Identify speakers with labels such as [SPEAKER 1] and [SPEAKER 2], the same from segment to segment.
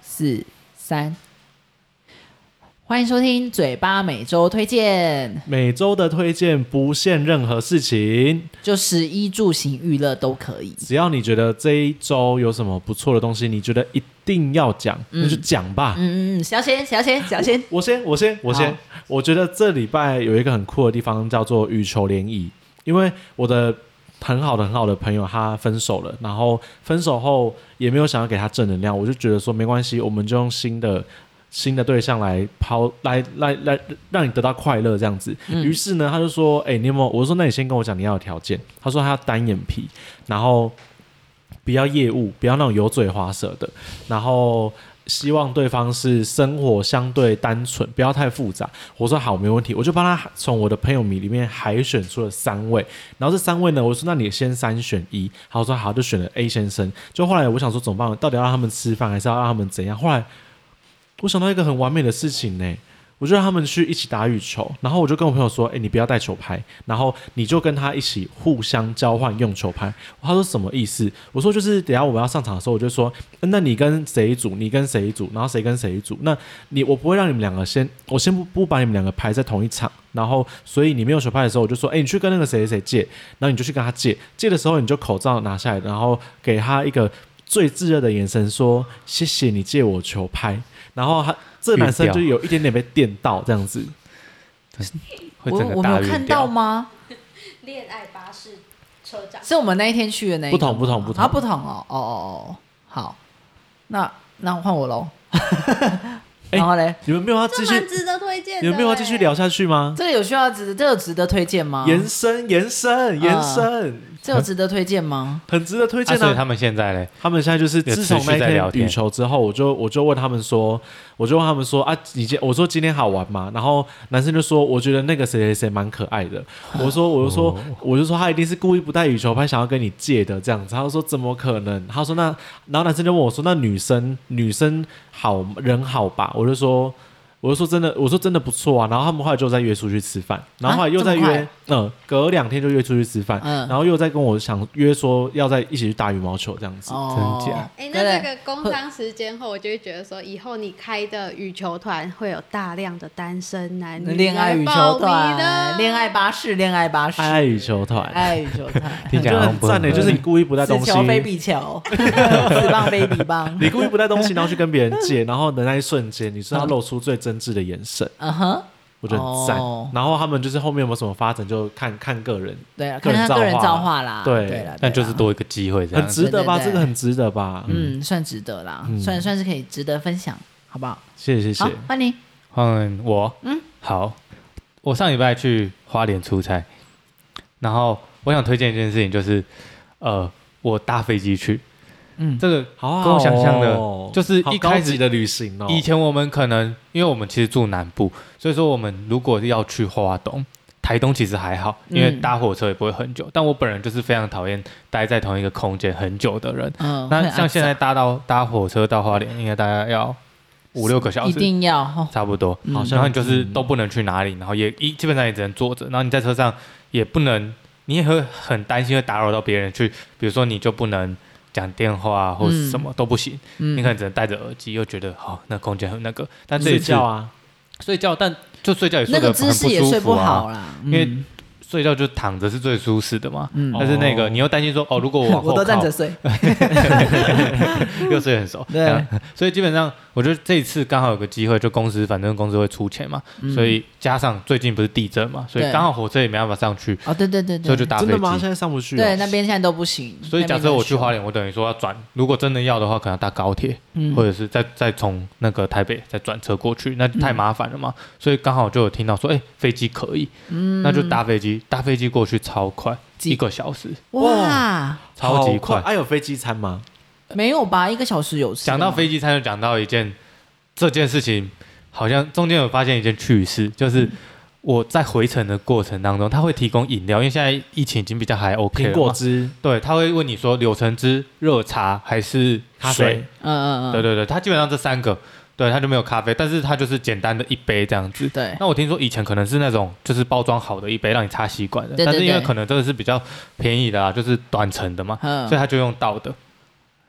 [SPEAKER 1] 四、三。欢迎收听嘴巴每周推荐，
[SPEAKER 2] 每周的推荐不限任何事情，
[SPEAKER 1] 就食衣住行娱乐都可以。
[SPEAKER 2] 只要你觉得这一周有什么不错的东西，你觉得一定要讲，那就讲吧。
[SPEAKER 1] 嗯嗯，小仙，小仙，小仙，
[SPEAKER 2] 我先，我先，我先
[SPEAKER 1] 好。
[SPEAKER 2] 我觉得这礼拜有一个很酷的地方叫做羽球联谊，因为我的很好的很好的朋友他分手了，然后分手后也没有想要给他正能量，我就觉得说没关系，我们就用新的。新的对象来抛来来来，让你得到快乐这样子。于、是呢，他就说：“哎、你有没有？”我就说：“那你先跟我讲你要的条件。”他说：“他要单眼皮，然后不要业务，不要那种油嘴滑舌的，然后希望对方是生活相对单纯，不要太复杂。我说好，没问题，我就帮他从我的朋友名里面海选出了三位，然后这三位呢，我说那你先三选一，好，我说好，就选了 A 先生。就后来我想说怎么办，到底要让他们吃饭，还是要让他们怎样？后来我想到一个很完美的事情呢、我就让他们去一起打羽球，然后我就跟我朋友说：“哎、你不要带球拍，然后你就跟他一起互相交换用球拍。”他说什么意思？我说就是等一下我们要上场的时候，我就说：“呃那你跟谁一组？你跟谁一组？然后谁跟谁一组？那你我不会让你们两个先，我先不不把你们两个排在同一场。然后所以你没有球拍的时候，我就说：‘哎、你去跟那个谁谁谁借。’然后你就去跟他借，借的时候你就口罩拿下来，然后给他一个最炙热的眼神，说：‘谢谢你借我球拍。’然后他这个男生就有一点点被电到这样子。”
[SPEAKER 3] 会
[SPEAKER 1] 我
[SPEAKER 3] 整个
[SPEAKER 1] 我没
[SPEAKER 3] 大
[SPEAKER 1] 有
[SPEAKER 3] 晕
[SPEAKER 1] 看到
[SPEAKER 3] 掉。
[SPEAKER 1] 吗？
[SPEAKER 4] 恋爱巴士车长，
[SPEAKER 1] 是我们那一天去的那一
[SPEAKER 2] 不同
[SPEAKER 1] 个
[SPEAKER 2] 不
[SPEAKER 1] 吗
[SPEAKER 2] 同不同
[SPEAKER 1] 啊不同哦哦哦哦，好，那那换我喽。
[SPEAKER 2] 哎
[SPEAKER 1] 然后嘞，
[SPEAKER 2] 你们没有要继
[SPEAKER 4] 这
[SPEAKER 2] 续，
[SPEAKER 4] 蛮值得推荐的欸。
[SPEAKER 2] 你们没有要继续聊下去吗？
[SPEAKER 1] 这个有需要值，这个有值得推荐吗？
[SPEAKER 2] 延伸，延
[SPEAKER 1] 嗯
[SPEAKER 2] 伸，延伸，
[SPEAKER 1] 这有值得推荐吗？
[SPEAKER 2] 很值得推
[SPEAKER 3] 啊，
[SPEAKER 2] 荐
[SPEAKER 3] 所以
[SPEAKER 2] 啊！
[SPEAKER 3] 他们现在嘞，
[SPEAKER 2] 他们现在就是
[SPEAKER 3] 也
[SPEAKER 2] 自从
[SPEAKER 3] 持续
[SPEAKER 2] 那
[SPEAKER 3] 在
[SPEAKER 2] 天
[SPEAKER 3] 聊
[SPEAKER 2] 羽
[SPEAKER 3] 天
[SPEAKER 2] 球之后，我就我就问他们说，我就问他们说啊，你今我说今天好玩吗？然后男生就说，我觉得那个谁谁谁蛮可爱的。我说我就说我就说他一定是故意不带羽球拍，想要跟你借的这样子。他就说怎么可能？他说那然后男生就问我说，那女生女生好人好吧？我就说。我就说真的，我说真的不错啊。然后他们后来就再约出去吃饭，然后后来又
[SPEAKER 1] 这么
[SPEAKER 2] 再约，
[SPEAKER 1] 快
[SPEAKER 2] 嗯、隔两天就约出去吃饭，
[SPEAKER 1] 嗯
[SPEAKER 2] 然后又再跟我想约说要再一起去打羽毛球这样子。
[SPEAKER 1] 哦，
[SPEAKER 3] 真假
[SPEAKER 4] 哎、
[SPEAKER 1] 对
[SPEAKER 4] 那
[SPEAKER 1] 不
[SPEAKER 4] 这
[SPEAKER 1] 对
[SPEAKER 4] 个工商时间后，我就会觉得说，以后你开的羽球团会有大量的单身男女
[SPEAKER 1] 恋爱
[SPEAKER 4] 来
[SPEAKER 1] 羽
[SPEAKER 4] 报
[SPEAKER 1] 球
[SPEAKER 4] 名
[SPEAKER 1] 团、
[SPEAKER 4] 的
[SPEAKER 1] 恋爱巴士、恋爱巴士、
[SPEAKER 2] 爱爱羽球团，
[SPEAKER 1] 爱羽球团，
[SPEAKER 3] 听起
[SPEAKER 2] 就
[SPEAKER 3] 来好像
[SPEAKER 2] 很
[SPEAKER 3] 不合
[SPEAKER 2] 赞
[SPEAKER 3] 理
[SPEAKER 2] 的，就是你故意不带东
[SPEAKER 1] 此
[SPEAKER 2] 西，
[SPEAKER 1] 球非彼球，此棒非 彼棒。
[SPEAKER 2] 你故意不带东西，然后去跟别人 借，然后的那一瞬间，你是要露出最真挚的眼神，
[SPEAKER 1] 嗯哼，
[SPEAKER 2] 我觉得很赞
[SPEAKER 1] 哦。
[SPEAKER 2] 然后他们就是后面有没有什么发展，就看看个人，
[SPEAKER 1] 对啊，
[SPEAKER 2] 个
[SPEAKER 1] 看
[SPEAKER 2] 人
[SPEAKER 1] 他
[SPEAKER 2] 造
[SPEAKER 1] 个人
[SPEAKER 2] 化
[SPEAKER 1] 造化啦，
[SPEAKER 2] 对
[SPEAKER 1] 对啦，
[SPEAKER 3] 但就是
[SPEAKER 1] 对啦，啊
[SPEAKER 3] 多一个机会这
[SPEAKER 2] 很
[SPEAKER 3] 样子。
[SPEAKER 2] 值得吧？
[SPEAKER 1] 对对对
[SPEAKER 2] 这个很值得吧？嗯，
[SPEAKER 1] 嗯，算值得啦，算算是可以值得分享，好不好？
[SPEAKER 2] 谢谢谢
[SPEAKER 1] 好
[SPEAKER 2] 谢。，
[SPEAKER 1] 欢迎。
[SPEAKER 3] 换我，嗯，好，我上礼拜去花莲出差，然后我想推荐一件事情，就是呃，我搭飞机去，
[SPEAKER 1] 嗯
[SPEAKER 3] 嗯，这个
[SPEAKER 2] 好好哦，
[SPEAKER 3] 跟我想象的就是
[SPEAKER 2] 好
[SPEAKER 3] 一
[SPEAKER 2] 高
[SPEAKER 3] 开
[SPEAKER 2] 级
[SPEAKER 3] 始
[SPEAKER 2] 的旅行哦，
[SPEAKER 3] 以前我们可能，因为我们其实住南部，所以说我们如果要去花东、台东，其实还好，因为
[SPEAKER 1] 嗯
[SPEAKER 3] 搭火车也不会很久。但我本人就是非常讨厌待在同一个空间很久的人。
[SPEAKER 1] 嗯，会
[SPEAKER 3] 那
[SPEAKER 1] 很
[SPEAKER 3] 像现在
[SPEAKER 1] 早
[SPEAKER 3] 搭到搭火车到花莲，应该大概要五六个小
[SPEAKER 1] 一
[SPEAKER 3] 时，
[SPEAKER 1] 定要哦，
[SPEAKER 3] 差不多。
[SPEAKER 2] 好像
[SPEAKER 3] 然后你就是
[SPEAKER 2] 嗯
[SPEAKER 3] 都不能去哪里，然后也一基本上也只能坐着，然后你在车上也不能，你也会很担心会打扰到别人去，比如说你就不能讲电话啊或是什么都不行，
[SPEAKER 1] 嗯
[SPEAKER 3] 你可能只能戴着耳机，又觉得好、那空间很那个，但这
[SPEAKER 2] 睡
[SPEAKER 3] 一次
[SPEAKER 2] 觉啊，
[SPEAKER 3] 睡觉，但就睡觉也睡
[SPEAKER 1] 那
[SPEAKER 3] 得
[SPEAKER 1] 个
[SPEAKER 3] 很
[SPEAKER 1] 姿势也
[SPEAKER 3] 舒
[SPEAKER 1] 睡
[SPEAKER 3] 服
[SPEAKER 1] 不好
[SPEAKER 3] 啊，
[SPEAKER 1] 啦，
[SPEAKER 3] 因为
[SPEAKER 1] 嗯
[SPEAKER 3] 睡觉就躺着是最舒适的嘛。
[SPEAKER 1] 嗯
[SPEAKER 3] 但是那
[SPEAKER 2] 哦
[SPEAKER 3] 个你又担心说，哦，如果我往后
[SPEAKER 1] 我都站
[SPEAKER 3] 靠
[SPEAKER 1] 着，睡，
[SPEAKER 3] 又睡很熟，
[SPEAKER 1] 对
[SPEAKER 3] 然后，所以基本上我觉得这一次刚好有个机会，就公司反正公司会出钱嘛，所以加上最近不是地震嘛，所以
[SPEAKER 1] 嗯对
[SPEAKER 3] 刚好火车也没办法上去，
[SPEAKER 1] 哦，对对对对，
[SPEAKER 3] 所以就搭
[SPEAKER 2] 真
[SPEAKER 3] 飞
[SPEAKER 2] 的吗？
[SPEAKER 3] 机
[SPEAKER 2] 现。在上不去哦，
[SPEAKER 1] 对，那边现在都不行。
[SPEAKER 3] 所以假设我去花
[SPEAKER 1] 莲，
[SPEAKER 3] 莲，我等于说要转，如果真的要的话，可能要搭高铁，
[SPEAKER 1] 嗯
[SPEAKER 3] 或者是再再从那个台北再转车过去，那太麻烦了嘛。所以刚好就有听到说，哎、飞机可以，那就搭飞机，搭飞机过去超快，
[SPEAKER 1] 几
[SPEAKER 3] 一个小时，
[SPEAKER 1] 哇，
[SPEAKER 3] 超级
[SPEAKER 2] 好
[SPEAKER 3] 快。
[SPEAKER 2] 啊，有飞机餐吗？
[SPEAKER 1] 没有吧？一个小时有吃
[SPEAKER 3] 讲到
[SPEAKER 1] 吗
[SPEAKER 3] 飞机餐，就讲到一件这件事情，好像中间有发现一件趣事，就是我在回程的过程当中，他会提供饮料，因为现在疫情已经比较还 OK 了
[SPEAKER 2] 苹
[SPEAKER 3] 嘛
[SPEAKER 2] 果汁、
[SPEAKER 3] 对，他会问你说柳橙汁、热茶还是
[SPEAKER 2] 咖
[SPEAKER 3] 水
[SPEAKER 2] 啡？，
[SPEAKER 1] 嗯嗯嗯，
[SPEAKER 3] 对对对，他基本上这三个，对他就没有咖啡，但是他就是简单的一杯这样子。
[SPEAKER 1] 对
[SPEAKER 3] 那我听说以前可能是那种就是包装好的一杯让你插吸管的，
[SPEAKER 1] 对对
[SPEAKER 3] 但是因为
[SPEAKER 1] 对
[SPEAKER 3] 可能真的是比较便宜的啊，就是短程的嘛，
[SPEAKER 1] 嗯
[SPEAKER 3] 所以他就用倒的，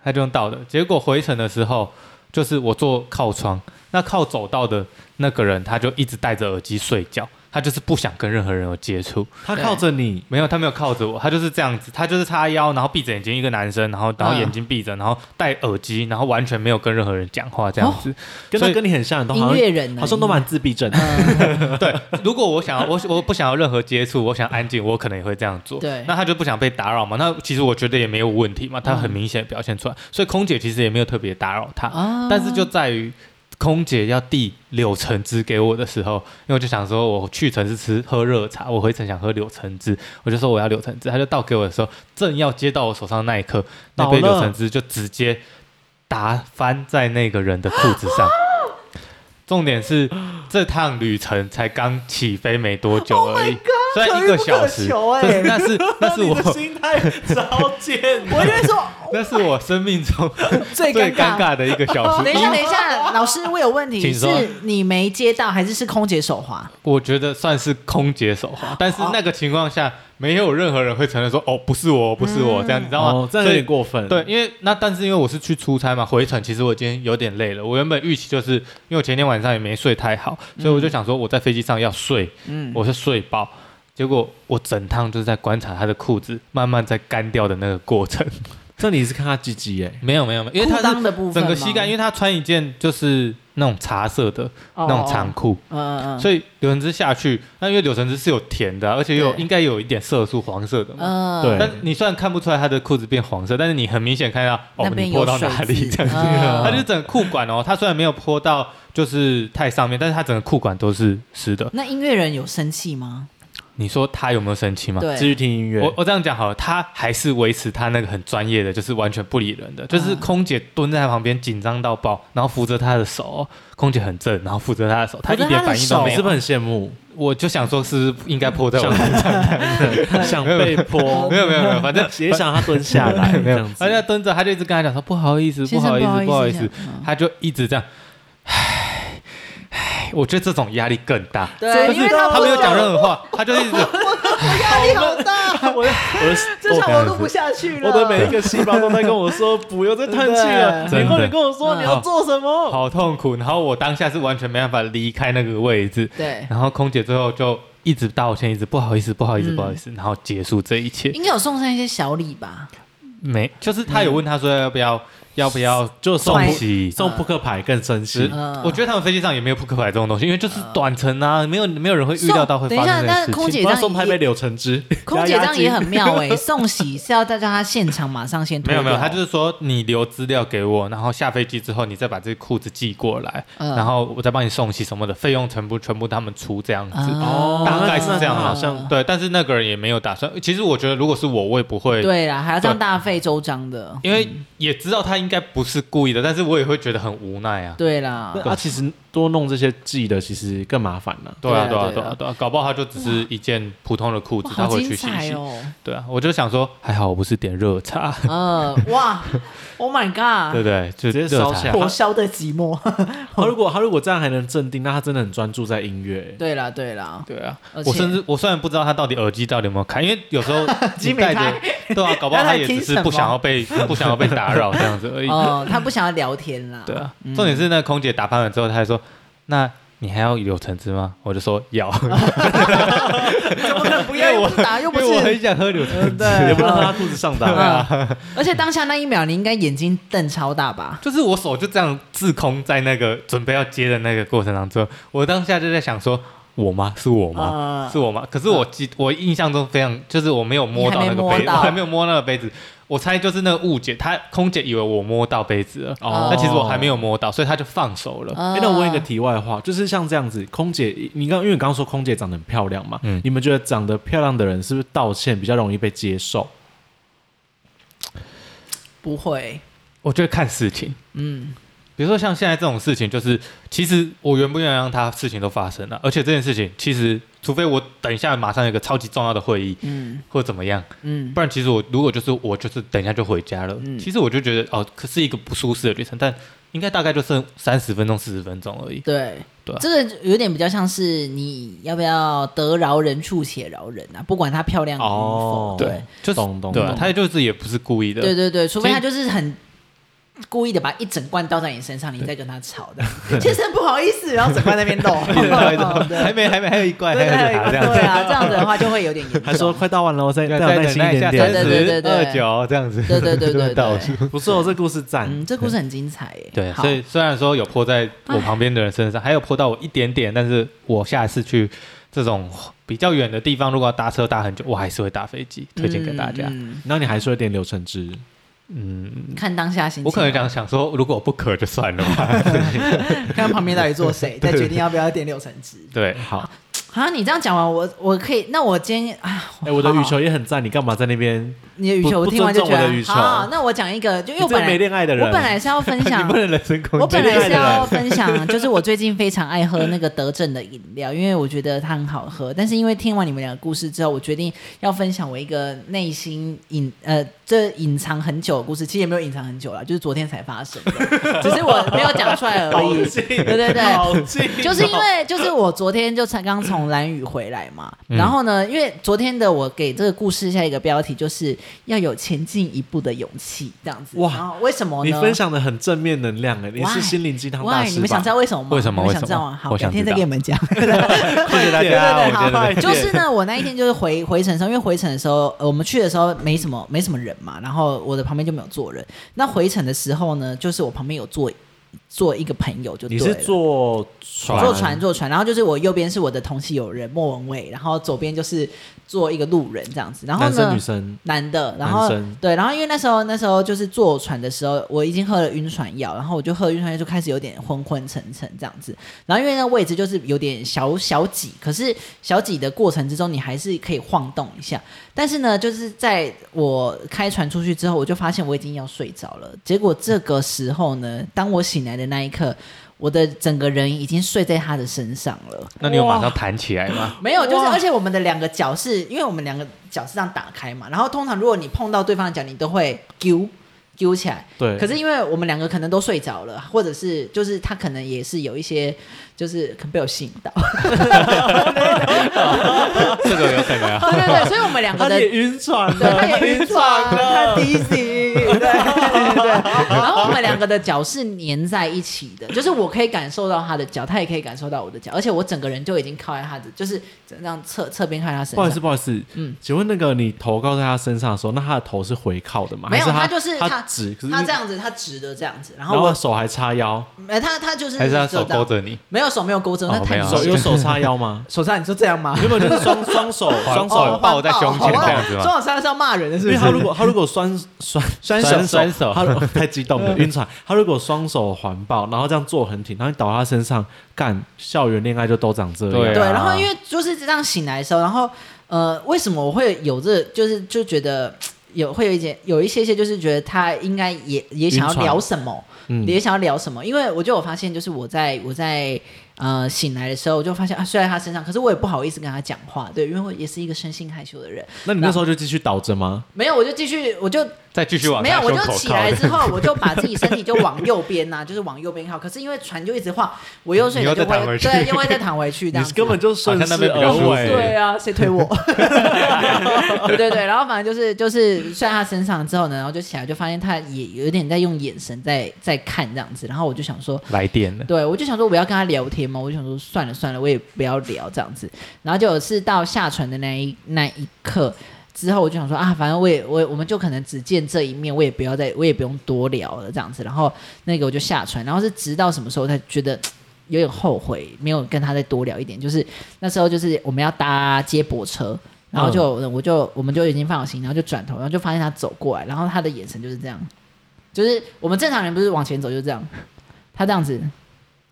[SPEAKER 3] 他就用倒的。结果回程的时候，就是我坐靠窗，那靠走道的那个人他就一直戴着耳机睡觉，他就是不想跟任何人有接触。
[SPEAKER 2] 他靠着你，
[SPEAKER 3] 没有，他没有靠着我，他就是这样子，他就是叉腰，然后闭着眼睛，一个男生，然后然后
[SPEAKER 1] 嗯
[SPEAKER 3] 眼睛闭着，然后戴耳机，然后完全没有跟任何人讲话这样子。
[SPEAKER 2] 跟
[SPEAKER 3] 所
[SPEAKER 2] 他
[SPEAKER 3] 以
[SPEAKER 2] 跟你很像，都
[SPEAKER 1] 音
[SPEAKER 2] 好
[SPEAKER 1] 乐
[SPEAKER 2] 像
[SPEAKER 1] 人呢，
[SPEAKER 2] 好像都蛮自闭症的。
[SPEAKER 3] 对，如果我想要我我不想要任何接触，我想安静，我可能也会这样做。
[SPEAKER 1] 对嗯
[SPEAKER 3] 那他就不想被打扰嘛。那其实我觉得也没有问题嘛，他很明显地表现出来，所以空姐其实也没有特别打扰他。
[SPEAKER 1] 啊
[SPEAKER 3] 但是就在于空姐要递柳橙汁给我的时候，因为我就想说，我去城是吃喝热茶，我回程想喝柳橙汁，我就说我要柳橙汁，他就倒给我的时候，正要接到我手上那一刻，那杯
[SPEAKER 2] 倒了
[SPEAKER 3] 柳橙汁就直接打翻在那个人的裤子 上。重点是这趟旅程才刚起飞没多久而已虽然一个小时，
[SPEAKER 1] Oh 可遇不可
[SPEAKER 3] 这
[SPEAKER 1] 求欸
[SPEAKER 3] 是那 是那是
[SPEAKER 2] 你的
[SPEAKER 3] 我
[SPEAKER 2] 心态超贱，
[SPEAKER 1] 我就会说
[SPEAKER 3] 那是我生命中
[SPEAKER 1] 最
[SPEAKER 3] 最
[SPEAKER 1] 尴哦
[SPEAKER 3] 尴。尬的一个小时。
[SPEAKER 1] 等一下，等一 下，老师，我有问题，
[SPEAKER 3] 请
[SPEAKER 1] 是
[SPEAKER 3] 说
[SPEAKER 1] 你没接到，还是是空姐手滑？
[SPEAKER 3] 我觉得算是空姐手滑，但
[SPEAKER 1] 哦
[SPEAKER 3] 是那个情况下，没有任何人会承认说哦，不是我，不是
[SPEAKER 1] 嗯
[SPEAKER 3] 我，这样你知道吗
[SPEAKER 2] 哦，？这样
[SPEAKER 3] 所
[SPEAKER 2] 有
[SPEAKER 3] 以
[SPEAKER 2] 点过分。
[SPEAKER 3] 对，，因为那但是因为我是去出差嘛，回程其实我今天有点累了。我原本预期就是因为我前天晚上也没睡太好，所以我就想说我在飞机上要睡，
[SPEAKER 1] 嗯，
[SPEAKER 3] 我是睡饱。结果我整趟就是在观察他的裤子慢慢在干掉的那个过程。
[SPEAKER 2] 这你是看他鸡鸡耶，
[SPEAKER 3] 没有没有没有，因为他
[SPEAKER 1] 裤裆
[SPEAKER 3] 是
[SPEAKER 1] 的部分
[SPEAKER 3] 整
[SPEAKER 1] 吗，
[SPEAKER 3] 个膝盖，因为他穿一件就是那种茶色的那
[SPEAKER 1] 哦
[SPEAKER 3] 种长，裤，
[SPEAKER 1] 嗯嗯，
[SPEAKER 3] 所以柳橙汁下去，那因为柳橙汁是有甜的啊、而且有
[SPEAKER 1] 对
[SPEAKER 3] 应该有一点色素，黄色的嘛。
[SPEAKER 1] 嗯，
[SPEAKER 2] 对
[SPEAKER 3] 但你虽然看不出来他的裤子变黄色，但是你很明显看到哦
[SPEAKER 1] 那，边
[SPEAKER 3] 你泼到
[SPEAKER 1] 有水
[SPEAKER 3] 哪里
[SPEAKER 1] 渍
[SPEAKER 3] 这样子，
[SPEAKER 1] 嗯
[SPEAKER 3] 它就是整个裤管哦，它虽然没有泼到就是太上面，但是它整个裤管都是湿的。
[SPEAKER 1] 那音乐人有生气吗？
[SPEAKER 3] 你说他有没有生气吗？
[SPEAKER 2] 继
[SPEAKER 1] 对，
[SPEAKER 2] 续听音乐
[SPEAKER 3] 我。我这样讲好了，他还是维持他那个很专业的，就是完全不理人的，就是
[SPEAKER 1] 嗯
[SPEAKER 3] 空姐蹲在他旁边紧张到爆，然后扶着他的手哦，空姐很正，然后扶着他的手，他一
[SPEAKER 1] 扶着他
[SPEAKER 3] 点
[SPEAKER 1] 的
[SPEAKER 3] 反应都
[SPEAKER 1] 手
[SPEAKER 3] 没
[SPEAKER 2] 你是
[SPEAKER 3] 有
[SPEAKER 2] 不。是很羡慕？
[SPEAKER 3] 我就想说，是不是应该泼在我身上
[SPEAKER 2] 想被泼，
[SPEAKER 3] 没有没有没有，反正
[SPEAKER 2] 也想让他蹲下来，
[SPEAKER 3] 没
[SPEAKER 2] 这
[SPEAKER 3] 有
[SPEAKER 2] 样，
[SPEAKER 3] 他就在
[SPEAKER 2] 子。
[SPEAKER 3] 蹲着，他就一直跟他讲说不好意思，不
[SPEAKER 1] 先生
[SPEAKER 3] 好意思，不好意
[SPEAKER 1] 这
[SPEAKER 3] 思
[SPEAKER 1] 样，嗯
[SPEAKER 3] 他就一直这样，唉唉，我觉得这种压力更大。
[SPEAKER 1] 对
[SPEAKER 3] 就
[SPEAKER 1] 因为
[SPEAKER 3] 是
[SPEAKER 1] 他
[SPEAKER 3] 他没有讲任何话，他就一直
[SPEAKER 1] 压力好大，
[SPEAKER 2] 我的我的
[SPEAKER 1] 这场
[SPEAKER 3] 我
[SPEAKER 1] 我录不下去了。
[SPEAKER 2] 我的每一个细胞都在跟我说，不要再叹气了。
[SPEAKER 3] 对
[SPEAKER 2] 你快点跟我说
[SPEAKER 1] 真的
[SPEAKER 2] 你要做什么。
[SPEAKER 3] 好痛苦。然后我当下是完全没办法离开那个位置，
[SPEAKER 1] 对，
[SPEAKER 3] 然后空姐最后就一直道歉，一直不好意思，不好意思，
[SPEAKER 1] 嗯
[SPEAKER 3] 不好意思，然后结束这一切。
[SPEAKER 1] 应该有送上一些小礼吧？
[SPEAKER 3] 没，就是他有问他说要不
[SPEAKER 1] 嗯
[SPEAKER 3] 要要不要
[SPEAKER 2] 就送
[SPEAKER 1] 对
[SPEAKER 3] 送洗。
[SPEAKER 2] 送扑克牌更生气
[SPEAKER 3] 是，
[SPEAKER 1] 嗯
[SPEAKER 3] 我觉得他们飞机上也没有扑克牌这种东西，因为就是短程啊，没有没有人会预料到会
[SPEAKER 1] 送
[SPEAKER 3] 发生
[SPEAKER 1] 等一下
[SPEAKER 3] 的事情。
[SPEAKER 1] 那空姐
[SPEAKER 2] 不要送拍杯柳橙汁。
[SPEAKER 1] 空姐这
[SPEAKER 2] 压压
[SPEAKER 1] 样
[SPEAKER 2] 惊
[SPEAKER 1] 也很 妙哎，送喜是要再叫他现场马上先 脱
[SPEAKER 3] 没有没有，
[SPEAKER 1] 掉
[SPEAKER 3] 他就是说你留资料给我，然后下飞机之后你再把这个裤子寄过来，
[SPEAKER 1] 嗯
[SPEAKER 3] 然后我再帮你送洗什么的，费用全部全部他们出这样子。
[SPEAKER 1] 哦
[SPEAKER 3] 大概是这样
[SPEAKER 2] 好
[SPEAKER 3] 好
[SPEAKER 2] 像
[SPEAKER 3] 对，但是那个人也没有打算。其实我觉得，如果是我，我也不会，
[SPEAKER 1] 对啦，还要这样大费周章的，
[SPEAKER 3] 因为也知道他应该不是故意的，但是我也会觉得很无奈啊。
[SPEAKER 1] 对啦，
[SPEAKER 2] 他其实多弄这些记的，其实更麻烦 了。
[SPEAKER 3] 对啊，
[SPEAKER 1] 对
[SPEAKER 3] 对
[SPEAKER 1] 啊
[SPEAKER 3] 啊，
[SPEAKER 1] 对
[SPEAKER 3] 对
[SPEAKER 1] 啊
[SPEAKER 3] 啊，对啊，搞不好他就只是一件普通的裤子
[SPEAKER 1] 哇，
[SPEAKER 3] 他
[SPEAKER 1] 好
[SPEAKER 3] 回
[SPEAKER 1] 精
[SPEAKER 3] 去洗
[SPEAKER 1] 彩
[SPEAKER 3] 洗。
[SPEAKER 1] 哦，
[SPEAKER 3] 对啊，我就想说，还好我不是点热茶，
[SPEAKER 1] 呃，哇，Oh my
[SPEAKER 3] 对
[SPEAKER 1] God，
[SPEAKER 3] 不对？就
[SPEAKER 2] 直接
[SPEAKER 3] 热
[SPEAKER 2] 烧
[SPEAKER 3] 茶
[SPEAKER 2] 起来
[SPEAKER 1] 火烧的寂寞，
[SPEAKER 2] 他如果他如果这样还能镇定，那他真的很专注在音乐。
[SPEAKER 1] 对啦对啦，
[SPEAKER 3] 对啊
[SPEAKER 1] 而，且
[SPEAKER 3] 我甚至我虽然不知道他到底耳机到底有没有开，因为有 时候
[SPEAKER 1] 机
[SPEAKER 3] 你
[SPEAKER 1] 没
[SPEAKER 3] 戴
[SPEAKER 1] 开
[SPEAKER 3] 着，对啊，搞不好
[SPEAKER 1] 那他
[SPEAKER 3] 他也
[SPEAKER 1] 听
[SPEAKER 3] 只是
[SPEAKER 1] 什
[SPEAKER 3] 不想
[SPEAKER 1] 么
[SPEAKER 3] 要被不想要被打扰这样子而已。
[SPEAKER 1] 哦，嗯他不想要聊天啦，
[SPEAKER 3] 对啊，重点是那个空姐打翻了之后，她还说：“那你还要柳橙汁吗？”我就说：“要，
[SPEAKER 1] 怎么可能不要又不打又
[SPEAKER 3] 因
[SPEAKER 1] 不
[SPEAKER 3] 为我
[SPEAKER 1] 是
[SPEAKER 3] 很想喝柳橙汁。
[SPEAKER 1] 对
[SPEAKER 2] 也不能让他裤子上 打。
[SPEAKER 1] 嗯，而且当下那一秒，你应该眼睛瞪超大吧”？
[SPEAKER 3] 就是我手就这样滞空在那个准备要接的那个过程当中，我当下就在想说。我吗？是我吗
[SPEAKER 1] 嗯？
[SPEAKER 3] 是我吗？可是我记，我印象中非常，就是我没有摸到那
[SPEAKER 1] 你
[SPEAKER 3] 个
[SPEAKER 1] 还没摸
[SPEAKER 3] 杯子，
[SPEAKER 1] 到
[SPEAKER 3] 我还没有摸那个杯子。我猜就是那个误解，她空姐以为我摸到杯子了，
[SPEAKER 1] 哦
[SPEAKER 3] 那其实我还没有摸到，所以她就放手了。
[SPEAKER 1] 嗯
[SPEAKER 2] 哎、那我问一个题外话，就是像这样子，空姐，你刚因为你刚刚说空姐长得很漂亮嘛，
[SPEAKER 3] 嗯
[SPEAKER 2] 你们觉得长得漂亮的人是不是道歉比较容易被接受？
[SPEAKER 1] 不会，
[SPEAKER 3] 我觉得看事情，
[SPEAKER 1] 嗯，
[SPEAKER 3] 比如说像现在这种事情，就是其实我原不愿意让它事情都发生了、而且这件事情其实，除非我等一下马上有一个超级重要的会议
[SPEAKER 1] 嗯
[SPEAKER 3] 或怎么样，
[SPEAKER 1] 嗯，
[SPEAKER 3] 不然其实我如果就是我就是等一下就回家了，
[SPEAKER 1] 嗯
[SPEAKER 3] 其实我就觉得哦，可是一个不舒适的旅程，但应该大概就剩三十分钟、四十分钟而已。
[SPEAKER 1] 对。
[SPEAKER 3] 对啊
[SPEAKER 1] 这个有点比较像是你要不要得饶人处且饶人啊，不管她漂亮与否
[SPEAKER 2] 哦，
[SPEAKER 1] 对
[SPEAKER 3] 就是
[SPEAKER 2] 懂懂
[SPEAKER 3] 对啊
[SPEAKER 2] 懂，
[SPEAKER 3] 他就是也不是故意的，
[SPEAKER 1] 对对对，除非
[SPEAKER 3] 其实
[SPEAKER 1] 她就是很故意的把一整罐倒在你身上，你再跟他吵的。
[SPEAKER 2] 对
[SPEAKER 1] 先生不好意思，然后整罐在那 边漏，
[SPEAKER 3] 还没还没还有一罐，还
[SPEAKER 1] 对
[SPEAKER 3] 有一罐这样
[SPEAKER 1] 对
[SPEAKER 3] 子，
[SPEAKER 1] 啊，这样子的话就会有点严
[SPEAKER 2] 还说
[SPEAKER 1] 重。
[SPEAKER 2] 快倒完了，我再再
[SPEAKER 3] 对
[SPEAKER 2] 有耐心一点
[SPEAKER 1] 再
[SPEAKER 2] 点。
[SPEAKER 1] 对对对对
[SPEAKER 3] 二九这样子，
[SPEAKER 1] 对对对对对
[SPEAKER 3] 倒数。
[SPEAKER 2] 不错，这故事赞。
[SPEAKER 1] 嗯，这故事很精彩耶。
[SPEAKER 3] 对，
[SPEAKER 1] 好
[SPEAKER 3] 所以虽然说有泼在我旁边的人身上，还有泼到我一点点，但是我下次去这种比较远的地方，如果要搭车搭很久，我还是会搭飞机，推荐给大家。
[SPEAKER 1] 嗯
[SPEAKER 2] 然后你还说有点柳橙汁，
[SPEAKER 3] 嗯，
[SPEAKER 1] 嗯看当下心情。
[SPEAKER 3] 我可能想想说，如果不渴就算了吧。
[SPEAKER 1] 看旁边到底坐谁，再决定要不要点柳橙汁。
[SPEAKER 3] 对，
[SPEAKER 2] 好，
[SPEAKER 1] 啊，你这样讲完，我我可以，那我今天啊，
[SPEAKER 2] 哎，我的羽
[SPEAKER 1] 好
[SPEAKER 2] 球也很赞，你干嘛在那边？
[SPEAKER 1] 你的羽球，
[SPEAKER 2] 不
[SPEAKER 1] 我听完就觉
[SPEAKER 2] 不尊重我的羽
[SPEAKER 1] 得
[SPEAKER 2] 球
[SPEAKER 1] 好。那我讲一个，就因为
[SPEAKER 2] 你
[SPEAKER 1] 我
[SPEAKER 2] 这个
[SPEAKER 1] 本
[SPEAKER 2] 没
[SPEAKER 1] 来
[SPEAKER 2] 恋爱的人，
[SPEAKER 1] 我本来是要分
[SPEAKER 3] 你
[SPEAKER 1] 享
[SPEAKER 3] 不，能人身攻击。
[SPEAKER 1] 我本来
[SPEAKER 2] 恋爱
[SPEAKER 1] 是
[SPEAKER 2] 的人
[SPEAKER 1] 要分享，啊就是我最近非常爱喝那个德政的饮料，因为我觉得它很好喝。但是因为听完你们两个故事之后，我决定要分享我一个内心隐呃，这隐藏很久的故事，其实也没有隐藏很久了，就是昨天才发生的， 只是我没有讲出来而
[SPEAKER 2] 好
[SPEAKER 1] 已。
[SPEAKER 2] 近，
[SPEAKER 1] 对对对
[SPEAKER 2] 好近，
[SPEAKER 1] 就是因为就是我昨天就才刚从蓝屿回来嘛，
[SPEAKER 2] 嗯
[SPEAKER 1] 然后呢，因为昨天的我给这个故事下一个标题就是要有前进一步的勇气，这样子。
[SPEAKER 2] 哇
[SPEAKER 1] 然后为什么
[SPEAKER 2] 你
[SPEAKER 1] 呢？
[SPEAKER 2] 分享的很正面能量哎，你是
[SPEAKER 1] Why？
[SPEAKER 2] 心灵鸡汤
[SPEAKER 1] 哇，
[SPEAKER 2] 大
[SPEAKER 1] 你
[SPEAKER 2] 师
[SPEAKER 1] 们想
[SPEAKER 2] 吧
[SPEAKER 1] 知？道为什么吗？
[SPEAKER 3] 为什么
[SPEAKER 1] 你们
[SPEAKER 3] 为
[SPEAKER 1] 想
[SPEAKER 3] 什
[SPEAKER 1] 知道
[SPEAKER 3] 么
[SPEAKER 1] 吗？好，
[SPEAKER 3] 我
[SPEAKER 1] 改
[SPEAKER 3] 想
[SPEAKER 1] 天
[SPEAKER 3] 知
[SPEAKER 1] 再
[SPEAKER 3] 道
[SPEAKER 1] 给你们讲。
[SPEAKER 3] 谢 谢大
[SPEAKER 1] 对对
[SPEAKER 3] 家，
[SPEAKER 1] 对，
[SPEAKER 3] 我觉
[SPEAKER 1] 好，
[SPEAKER 3] 得
[SPEAKER 1] 就是呢，我那一天就是回回程的时候，因为回程的时候，呃，我们去的时候没什么没什么人嘛，然后我的旁边就没有坐人。那回程的时候呢，就是我旁边有坐坐一个朋友就
[SPEAKER 2] 你
[SPEAKER 1] 对
[SPEAKER 2] 是
[SPEAKER 1] 了。
[SPEAKER 2] 坐船，
[SPEAKER 1] 坐船，坐船，然后就是我右边是我的同系友人莫文蔚，然后左边就是坐一个路人这样子，然后
[SPEAKER 2] 男生
[SPEAKER 1] 呢
[SPEAKER 2] 女，生，
[SPEAKER 1] 男的，然后
[SPEAKER 2] 男生
[SPEAKER 1] 对，然后因为那时候那时候就是坐船的时候，我已经喝了晕船药，然后我就喝了晕船药就开始有点昏昏沉沉这样子，然后因为那位置就是有点小小挤，可是小挤的过程之中你还是可以晃动一下，但是呢，就是在我开船出去之后，我就发现我已经要睡着了，结果这个时候呢，当我醒来的那一刻。我的整个人已经睡在他的身上了，
[SPEAKER 3] 那你有马上弹起来吗？
[SPEAKER 1] 没有，就是而且我们的两个脚是因为我们两个脚是这样打开嘛，然后通常如果你碰到对方的脚，你都会揪揪起来。
[SPEAKER 2] 对，
[SPEAKER 1] 可是因为我们两个可能都睡着了，或者是就是他可能也是有一些，就是可能被我吸引 到，
[SPEAKER 3] 这个有可能啊。
[SPEAKER 1] 对对对，所以我们两个
[SPEAKER 2] 他
[SPEAKER 1] 的
[SPEAKER 2] 也晕船
[SPEAKER 1] 对，
[SPEAKER 2] 了，
[SPEAKER 1] 他也晕船，他低醒，对对对。然后我们两个的脚是粘在一起的，就是我可以感受到他的脚，他也可以感受到我的脚，而且我整个人就已经靠在他的，就是这样侧侧边靠在他身
[SPEAKER 2] 不好
[SPEAKER 1] 上
[SPEAKER 2] 意思，。不好意思，
[SPEAKER 1] 嗯
[SPEAKER 2] 请问那个你头靠在他身上的时候，那他的头是回靠的
[SPEAKER 3] 啊
[SPEAKER 2] 吗？
[SPEAKER 1] 没有，
[SPEAKER 2] 还是
[SPEAKER 1] 他
[SPEAKER 2] 他
[SPEAKER 1] 就是
[SPEAKER 2] 他直，可是
[SPEAKER 1] 他这，样子，他直的这样子，然
[SPEAKER 2] 然
[SPEAKER 1] 后
[SPEAKER 2] 后
[SPEAKER 1] 我
[SPEAKER 2] 他，手还叉腰，
[SPEAKER 1] 呃，他他就是
[SPEAKER 3] 还是他
[SPEAKER 1] 就
[SPEAKER 3] 手
[SPEAKER 1] 这样
[SPEAKER 3] 勾，着你？
[SPEAKER 1] 没有手没有勾着，
[SPEAKER 3] 哦
[SPEAKER 1] 那太
[SPEAKER 3] 没有
[SPEAKER 1] 明
[SPEAKER 2] 手
[SPEAKER 1] 显？
[SPEAKER 2] 有手叉腰 吗
[SPEAKER 1] 手上你就这样吗？
[SPEAKER 2] 原本就是双双手双手
[SPEAKER 3] 哦，抱在胸前这样子吗
[SPEAKER 1] 双手上是要骂人的，是
[SPEAKER 2] 因
[SPEAKER 1] 不是
[SPEAKER 2] 为他？如果他如果双双
[SPEAKER 3] 双手
[SPEAKER 2] 双
[SPEAKER 3] 双手
[SPEAKER 2] 他 如太激动了晕船，他如果双手环抱，然后这样坐很挺，然后你倒他身上干，校园恋爱就都长这样
[SPEAKER 3] 对啊。
[SPEAKER 1] 对，然后因为就是这样醒来的时候，然后呃，为什么我会有这，就是就觉得有会有一些有一些些，就是觉得他应该也也想要
[SPEAKER 2] 晕船
[SPEAKER 1] 聊什么，
[SPEAKER 2] 嗯
[SPEAKER 1] 也想要聊什么，因为我就有发现，就是我在我在呃醒来的时候，我就发现啊，睡在他身上，可是我也不好意思跟他讲话，对，因为我也是一个生性害羞的人，
[SPEAKER 2] 那你那时候就继续倒着吗？
[SPEAKER 1] 没有，我就继续，我就
[SPEAKER 3] 再继续往
[SPEAKER 1] 没有，
[SPEAKER 3] 他
[SPEAKER 1] 我
[SPEAKER 3] 胸
[SPEAKER 1] 就
[SPEAKER 3] 口
[SPEAKER 1] 起
[SPEAKER 3] 靠
[SPEAKER 1] 来
[SPEAKER 3] 的
[SPEAKER 1] 之后，我就把自己身体就往右边呐、就是往右边靠。可是因为船就一直晃，我又睡
[SPEAKER 3] 你
[SPEAKER 1] 着
[SPEAKER 3] 又
[SPEAKER 1] 就
[SPEAKER 3] 再躺
[SPEAKER 1] 会
[SPEAKER 3] 回去
[SPEAKER 1] 对，又会再躺回去这
[SPEAKER 2] 你
[SPEAKER 1] 样子。
[SPEAKER 2] 根本就顺势
[SPEAKER 3] 好像那边比
[SPEAKER 2] 而
[SPEAKER 3] 较舒服
[SPEAKER 2] 为，
[SPEAKER 1] 对啊，谁推我？对对对，然后反正就是就是睡在他身上之后呢，然后就起来就发现他也有点在用眼神在在看这样子，然后我就想说，
[SPEAKER 3] 来电了。
[SPEAKER 1] 对，我就想说我要跟他聊天嘛，我就想说算了算了，我也不要聊这样子。然后就是到下船的那一那一刻之后，我就想说啊，反正我也我也我们就可能只见这一面，我也不要再我也不用多聊了这样子。然后那个我就下船，然后是直到什么时候才觉得。有点后悔，没有跟他再多聊一点。就是那时候，就是我们要搭接驳车，然后就、我就我们就已经放好行李，然后就转头，然后就发现他走过来，然后他的眼神就是这样，就是我们正常人不是往前走就是这样，他这样子，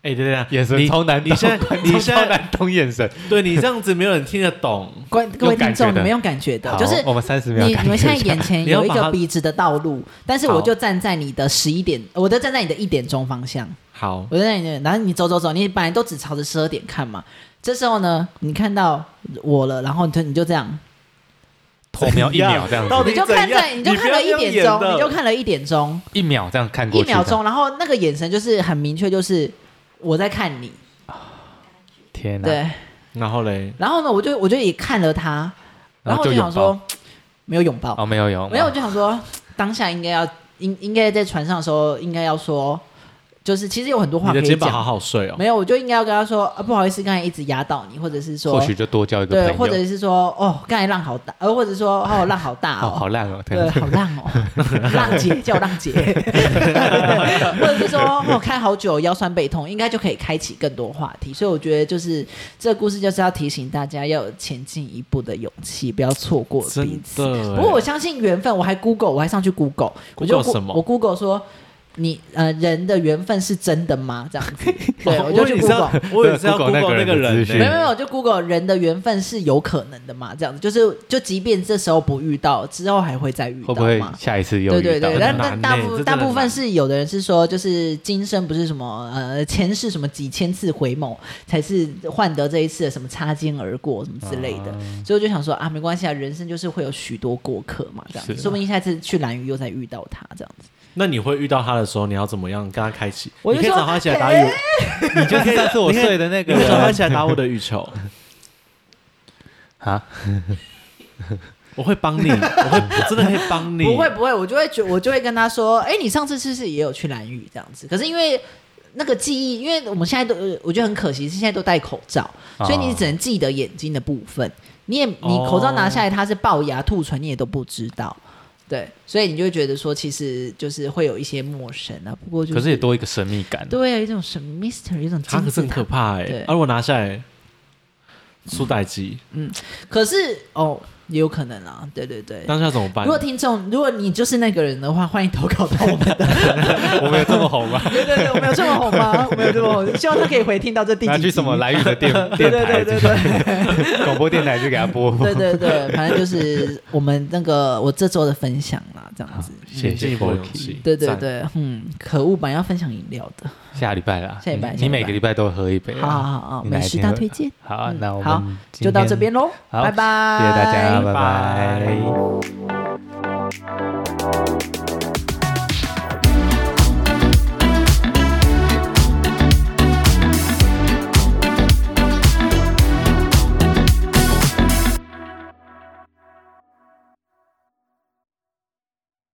[SPEAKER 2] 哎，对对对，
[SPEAKER 3] 眼神
[SPEAKER 2] 你
[SPEAKER 3] 超难懂，
[SPEAKER 2] 你现在你现
[SPEAKER 3] 超
[SPEAKER 2] 在
[SPEAKER 3] 难懂眼神，
[SPEAKER 2] 对你这样子没有人听得懂，
[SPEAKER 1] 观各位
[SPEAKER 3] 有感
[SPEAKER 1] 听众，
[SPEAKER 3] 觉
[SPEAKER 1] 你
[SPEAKER 3] 的
[SPEAKER 1] 们用感觉的，就是
[SPEAKER 3] 好我们三十秒
[SPEAKER 1] 你
[SPEAKER 3] 感
[SPEAKER 1] 你们
[SPEAKER 3] 觉
[SPEAKER 1] 现在
[SPEAKER 3] 一下
[SPEAKER 1] 眼前
[SPEAKER 2] 你要
[SPEAKER 1] 有一
[SPEAKER 2] 把
[SPEAKER 1] 个
[SPEAKER 2] 它
[SPEAKER 1] 笔直的道路，但是我
[SPEAKER 2] 好
[SPEAKER 1] 就站在你的十一点，我就站在你的一点钟方向，
[SPEAKER 2] 好，
[SPEAKER 1] 我就在你的，然后你走走走，你本来都只朝着十二点看嘛，这时候呢，你看到我了，然后你就你就这样，
[SPEAKER 3] 头瞄一秒这样
[SPEAKER 2] 到
[SPEAKER 3] 子，
[SPEAKER 2] 底
[SPEAKER 1] 你就看在
[SPEAKER 2] 怎样
[SPEAKER 1] 就看了一点
[SPEAKER 2] 你不要用
[SPEAKER 1] 钟，
[SPEAKER 2] 演的
[SPEAKER 1] 你就看了一点钟，
[SPEAKER 3] 一秒这样看过
[SPEAKER 1] 一
[SPEAKER 3] 去，
[SPEAKER 1] 秒钟，然后那个眼神就是很明确，就是我在看你，
[SPEAKER 3] 天哪！
[SPEAKER 1] 对，
[SPEAKER 2] 然后嘞，
[SPEAKER 1] 然后呢，我就我就也看了他，然
[SPEAKER 3] 然
[SPEAKER 1] 后
[SPEAKER 3] 后
[SPEAKER 1] 我
[SPEAKER 3] 就
[SPEAKER 1] 就想说，没有拥抱，
[SPEAKER 3] 哦，没有有，
[SPEAKER 1] 没有，我就想说，当下应该要应应该在船上的时候，应该要说，就是其实有很多话
[SPEAKER 2] 你
[SPEAKER 1] 可
[SPEAKER 2] 的
[SPEAKER 1] 以
[SPEAKER 2] 肩膀好
[SPEAKER 1] 讲。
[SPEAKER 2] 好睡哦
[SPEAKER 1] 没。有，我就应该要跟他说啊，不好意思，刚才一直压到你，或者是说
[SPEAKER 3] 或，许就多交一个
[SPEAKER 1] 对，或
[SPEAKER 3] 朋友
[SPEAKER 1] 者。是说，哦，刚才浪好大，呃，或者说，哦，浪好 大
[SPEAKER 3] 好
[SPEAKER 1] 哦，
[SPEAKER 3] 好烂哦，这样
[SPEAKER 1] 对，
[SPEAKER 3] 子。
[SPEAKER 1] 好浪哦，浪姐叫我浪 姐，或者是说我、哦、开好久腰酸背痛，应该就可以开启更多话题。所以我觉得就是这个故事就是要提醒大家要有前进一步的勇气，不要错过彼
[SPEAKER 2] 真
[SPEAKER 1] 此。
[SPEAKER 2] 的，
[SPEAKER 1] 不过我相信缘分，我还 Google，我还上去 Google，我就
[SPEAKER 2] Google 什么
[SPEAKER 1] 我 Google 说你呃人的缘分是真的吗？这样 子，对，我
[SPEAKER 2] 欸我
[SPEAKER 1] 就
[SPEAKER 2] 以
[SPEAKER 1] 去
[SPEAKER 2] 为哦你是
[SPEAKER 1] Google
[SPEAKER 2] 要。 我也是要
[SPEAKER 3] Google 那个
[SPEAKER 2] Google 那
[SPEAKER 3] 人的
[SPEAKER 2] 个人欸
[SPEAKER 3] 资
[SPEAKER 2] 呢
[SPEAKER 3] 讯
[SPEAKER 1] 没有没有，就 Google 人的缘分是有可能的嘛？这样子，就是就即便这时候不遇到，之后还会再遇
[SPEAKER 3] 会
[SPEAKER 1] 到
[SPEAKER 3] 不会
[SPEAKER 1] 嘛？
[SPEAKER 3] 下一次又
[SPEAKER 1] 对
[SPEAKER 3] 遇
[SPEAKER 1] 对
[SPEAKER 3] 到
[SPEAKER 1] 对，？但但
[SPEAKER 2] 很
[SPEAKER 1] 大
[SPEAKER 2] 难
[SPEAKER 1] 部
[SPEAKER 2] 欸这
[SPEAKER 1] 大
[SPEAKER 2] 真的
[SPEAKER 1] 部
[SPEAKER 2] 很
[SPEAKER 1] 分
[SPEAKER 2] 难
[SPEAKER 1] 是有的人是说，就是今生不是什么呃前世什么几千次回眸，才是换得这一次的什么擦肩而过什么之类的。所以我就想说啊，没关系啊，人生就是会有许多过客嘛，这样子，
[SPEAKER 3] 是啊
[SPEAKER 1] 说不定下次去蓝屿又再遇到他这样子。
[SPEAKER 2] 那你会遇到他的时候，你要怎么样跟他开启？
[SPEAKER 1] 我
[SPEAKER 2] 你
[SPEAKER 1] 就
[SPEAKER 2] 可以
[SPEAKER 1] 说
[SPEAKER 2] 找他一起来打羽，
[SPEAKER 3] 你就是上次我睡的那
[SPEAKER 2] 你
[SPEAKER 3] 个
[SPEAKER 2] 可以找他一
[SPEAKER 3] 人
[SPEAKER 2] 起来打我的羽 球，
[SPEAKER 3] 啊，
[SPEAKER 2] 我会帮 你，我会我真的会帮你。
[SPEAKER 1] 不会不会，我就会觉我就会跟他说，哎、你上次是不是也有去蓝屿这样子？可是因为。那个记忆，因为我们现在都，呃我觉得很可惜，是现在都戴口罩，
[SPEAKER 2] 啊
[SPEAKER 1] 所以你只能记得眼睛的部分。你也，你口罩拿下来，它是龅牙、兔唇，你也都不知道。对，所以你就会觉得说，其实就是会有一些陌生啊。不过就
[SPEAKER 3] 可是也多一个神秘感。
[SPEAKER 1] 对啊，有一种什么 mystery，有一种啊
[SPEAKER 2] 他
[SPEAKER 1] 金
[SPEAKER 2] 可是
[SPEAKER 1] 字
[SPEAKER 2] 很
[SPEAKER 1] 塔
[SPEAKER 2] 可。怕哎、
[SPEAKER 1] 对
[SPEAKER 2] 欸，而、我拿下来，出代机，
[SPEAKER 1] 可是哦，也有可能啊。对对对。
[SPEAKER 2] 当下怎么
[SPEAKER 1] 如
[SPEAKER 2] 办？
[SPEAKER 1] 果听众，如果你就是那个人的话，欢迎投稿到我们的。
[SPEAKER 3] 我们有这么红啊 吗？
[SPEAKER 1] 对对对，我没有这么红吗？我没有这么红，希望他可以回听到这第几
[SPEAKER 3] 拿
[SPEAKER 1] 集。
[SPEAKER 3] 去什么蓝宇的电 电
[SPEAKER 1] 对对
[SPEAKER 3] 台
[SPEAKER 1] 对
[SPEAKER 3] 之
[SPEAKER 1] 对
[SPEAKER 3] 类
[SPEAKER 1] 对。
[SPEAKER 3] 的， 广播电台去给他播。
[SPEAKER 1] 对对对， 反正就是我们那个我这周的分享啦，这样子。
[SPEAKER 3] 谢
[SPEAKER 2] 进
[SPEAKER 3] 谢
[SPEAKER 2] 一步
[SPEAKER 3] Forky
[SPEAKER 2] 的勇气
[SPEAKER 1] 对对
[SPEAKER 2] 赞
[SPEAKER 1] 对，嗯，可恶，本来要分享饮料的。
[SPEAKER 3] 下礼拜啦，
[SPEAKER 1] 下礼拜
[SPEAKER 3] 你
[SPEAKER 1] 下礼拜
[SPEAKER 3] 你每个礼拜都喝一杯啊。
[SPEAKER 1] 好好好好，
[SPEAKER 3] 你哪
[SPEAKER 1] 美
[SPEAKER 3] 一
[SPEAKER 1] 食
[SPEAKER 3] 天
[SPEAKER 1] 大
[SPEAKER 3] 会
[SPEAKER 1] 推荐。
[SPEAKER 3] 好啊
[SPEAKER 1] 嗯，
[SPEAKER 3] 那我
[SPEAKER 1] 好
[SPEAKER 3] 们今
[SPEAKER 1] 就到
[SPEAKER 3] 天
[SPEAKER 1] 这边喽，
[SPEAKER 3] 好
[SPEAKER 1] 拜拜，
[SPEAKER 3] 谢谢大家，拜
[SPEAKER 2] 拜
[SPEAKER 3] 拜。
[SPEAKER 2] 拜